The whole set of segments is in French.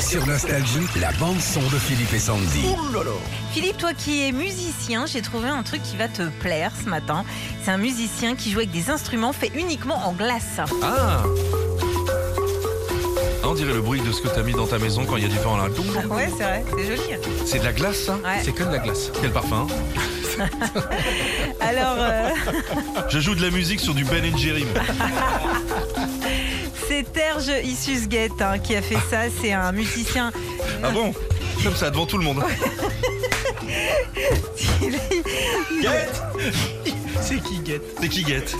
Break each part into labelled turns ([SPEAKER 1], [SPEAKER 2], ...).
[SPEAKER 1] Sur Nostalgie, la bande-son de Philippe et Sandy.
[SPEAKER 2] Philippe, toi qui es musicien, j'ai trouvé un truc qui va te plaire ce matin. C'est un musicien qui joue avec des instruments faits uniquement en glace.
[SPEAKER 3] Ah Ah, On dirait le bruit de ce que t'as mis dans ta maison quand il y a différents larmes.
[SPEAKER 2] Ah ouais, c'est vrai, c'est joli.
[SPEAKER 3] C'est de la glace, ça
[SPEAKER 2] Ouais.
[SPEAKER 3] C'est que de la glace. Quel parfum hein.
[SPEAKER 2] Alors, euh,
[SPEAKER 3] Je joue de la musique sur du Ben Jerry. moi.
[SPEAKER 2] c'est Terge Issusguette hein, qui a fait ça. C'est un musicien.
[SPEAKER 3] Ah bon Comme ça, devant tout le monde. Guette C'est qui Guette C'est qui Guette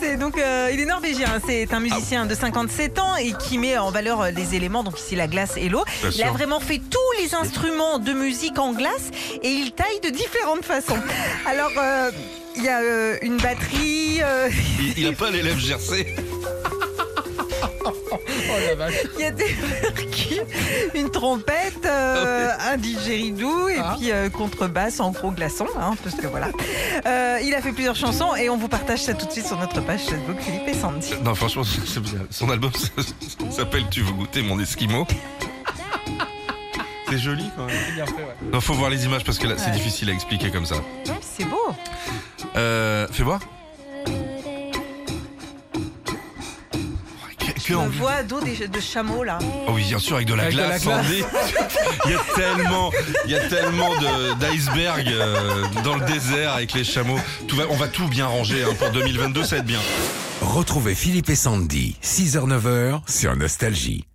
[SPEAKER 2] C'est donc, euh, il est norvégien. hein. C'est un musicien de 57 ans et qui met en valeur euh, les éléments, donc ici la glace et l'eau.
[SPEAKER 3] Bien
[SPEAKER 2] Il a
[SPEAKER 3] sûr.
[SPEAKER 2] vraiment fait tous les instruments de musique en glace et il taille de différentes façons. Alors, euh, il y a euh, une batterie, euh,
[SPEAKER 3] Il, il a pas l'élève gercé.
[SPEAKER 2] il y a des percus, une trompette, euh, un didgeridoo et puis euh, contrebasse en gros glaçon, hein, parce que voilà. Euh, il a fait plusieurs chansons et on vous partage ça tout de suite sur notre page Facebook Philippe et Sandy.
[SPEAKER 3] Non, franchement, c'est bien. Son album ça s'appelle Tu veux goûter mon esquimau C'est joli quand même. Non, faut voir les images parce que là, c'est
[SPEAKER 2] Ouais.
[SPEAKER 3] difficile à expliquer comme ça.
[SPEAKER 2] C'est beau.
[SPEAKER 3] Euh, fais voir. Que, que
[SPEAKER 2] On
[SPEAKER 3] en-
[SPEAKER 2] voit d'eau des- de chameau là.
[SPEAKER 3] Oh oui, bien sûr, avec de la
[SPEAKER 4] Avec de la
[SPEAKER 3] glace. Sandy. il y a tellement, il y a tellement de- d'icebergs euh, dans le désert avec les chameaux. Tout va- on va tout bien ranger hein, pour 2022, ça va être bien.
[SPEAKER 1] Retrouvez Philippe et Sandy, 6h-9h, sur Nostalgie.